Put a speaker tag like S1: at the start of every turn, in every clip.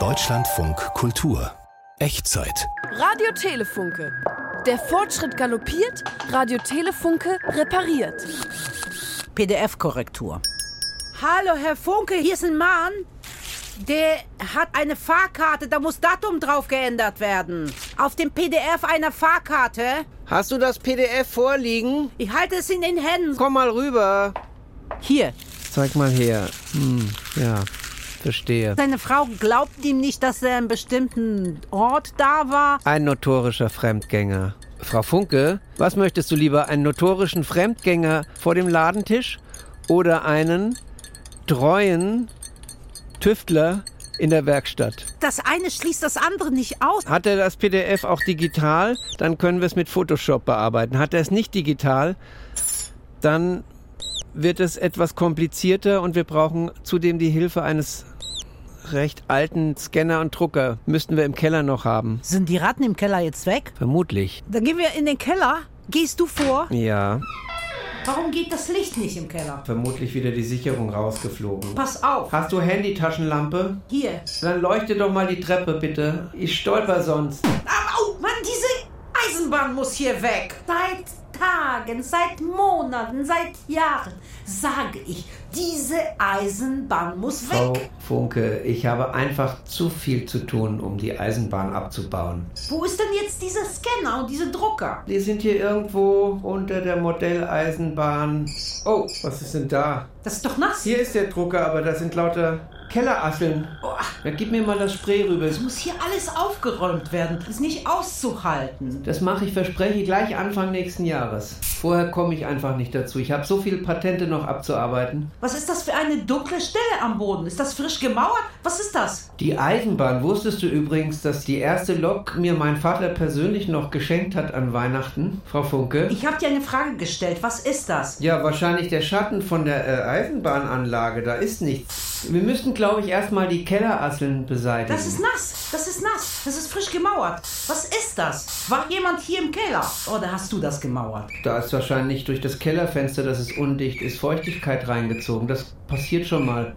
S1: Deutschlandfunk Kultur. Echtzeit.
S2: Radio Telefunke. Der Fortschritt galoppiert, Radio Telefunke repariert.
S3: PDF-Korrektur.
S4: Hallo, Herr Funke, hier ist ein Mann. Der hat eine Fahrkarte, da muss Datum drauf geändert werden. Auf dem PDF einer Fahrkarte.
S5: Hast du das PDF vorliegen?
S4: Ich halte es in den Händen.
S5: Komm mal rüber.
S3: Hier,
S5: Zeig mal her. Hm, ja, verstehe.
S4: Seine Frau glaubt ihm nicht, dass er einen bestimmten Ort da war.
S5: Ein notorischer Fremdgänger. Frau Funke, was möchtest du lieber? Einen notorischen Fremdgänger vor dem Ladentisch oder einen treuen Tüftler in der Werkstatt?
S4: Das eine schließt das andere nicht aus.
S5: Hat er das PDF auch digital? Dann können wir es mit Photoshop bearbeiten. Hat er es nicht digital? Dann wird es etwas komplizierter und wir brauchen zudem die Hilfe eines recht alten Scanner und Drucker. Müssten wir im Keller noch haben.
S3: sind die Ratten im Keller jetzt weg?
S5: Vermutlich.
S4: Dann gehen wir in den Keller. Gehst du vor?
S5: Ja.
S4: Warum geht das Licht nicht im Keller?
S5: Vermutlich wieder die Sicherung rausgeflogen.
S4: Pass auf.
S5: Hast du Handytaschenlampe?
S4: Hier.
S5: Dann leuchte doch mal die Treppe bitte. Ich stolper sonst.
S4: Au, Mann, diese Eisenbahn muss hier weg. Seit Tagen, seit Monaten, seit Jahren sage ich, diese Eisenbahn muss weg.
S5: Frau Funke, ich habe einfach zu viel zu tun, um die Eisenbahn abzubauen.
S4: Wo ist denn jetzt dieser Scanner und diese Drucker?
S5: Die sind hier irgendwo unter der Modelleisenbahn. Oh, was ist denn da?
S4: Das ist doch nass.
S5: Hier ist der Drucker, aber da sind lauter Kellerasseln. Na, gib mir mal das Spray rüber.
S4: Muss hier alles aufgeräumt werden. Das ist nicht auszuhalten.
S5: Das mache ich, verspreche ich, gleich Anfang nächsten Jahres. Vorher komme ich einfach nicht dazu. Ich habe so viele Patente noch abzuarbeiten.
S4: Was ist das für eine dunkle Stelle am Boden? Ist das frisch gemauert? Was ist das?
S5: Die Eisenbahn, wusstest du übrigens, dass die erste Lok mir mein Vater persönlich noch geschenkt hat an Weihnachten, Frau Funke?
S4: Ich habe dir eine Frage gestellt. Was ist das?
S5: Ja, wahrscheinlich der Schatten von der äh, Eisenbahnanlage, da ist nichts. Wir müssten, glaube ich, erstmal die Kellerasseln beseitigen.
S4: Das ist nass. Das ist nass. Das ist frisch gemauert. Was ist das? War jemand hier im Keller? Oder hast du das gemauert?
S5: da ist wahrscheinlich durch das Kellerfenster, das ist undicht ist, Feuchtigkeit reingezogen. Das passiert schon mal.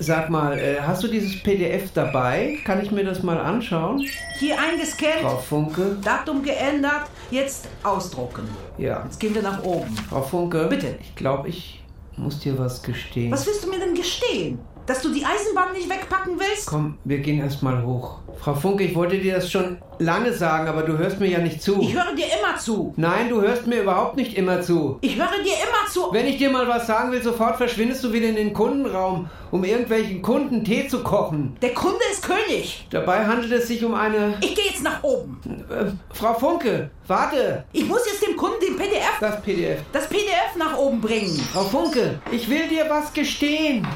S5: Sag mal, äh, hast du dieses PDF dabei? Kann ich mir das mal anschauen?
S4: Hier eingescannt.
S5: Frau Funke?
S4: Datum geändert. Jetzt ausdrucken.
S5: Ja.
S4: Jetzt gehen wir nach oben.
S5: Frau Funke?
S4: Bitte.
S5: Ich glaube, ich muss dir was gestehen.
S4: Was willst du mir denn gestehen? Dass du die Eisenbahn nicht wegpacken willst?
S5: Komm, wir gehen erstmal hoch. Frau Funke, ich wollte dir das schon lange sagen, aber du hörst mir ja nicht zu.
S4: Ich höre dir immer zu.
S5: Nein, du hörst mir überhaupt nicht immer zu.
S4: Ich höre dir immer zu.
S5: Wenn ich dir mal was sagen will, sofort verschwindest du wieder in den Kundenraum, um irgendwelchen Kunden Tee zu kochen.
S4: Der Kunde ist König.
S5: Dabei handelt es sich um eine...
S4: Ich gehe jetzt nach oben.
S5: Äh, Frau Funke, warte!
S4: Ich muss jetzt dem Kunden den PDF,
S5: Das PDF.
S4: das PDF nach oben bringen.
S5: Frau Funke, ich will dir was gestehen.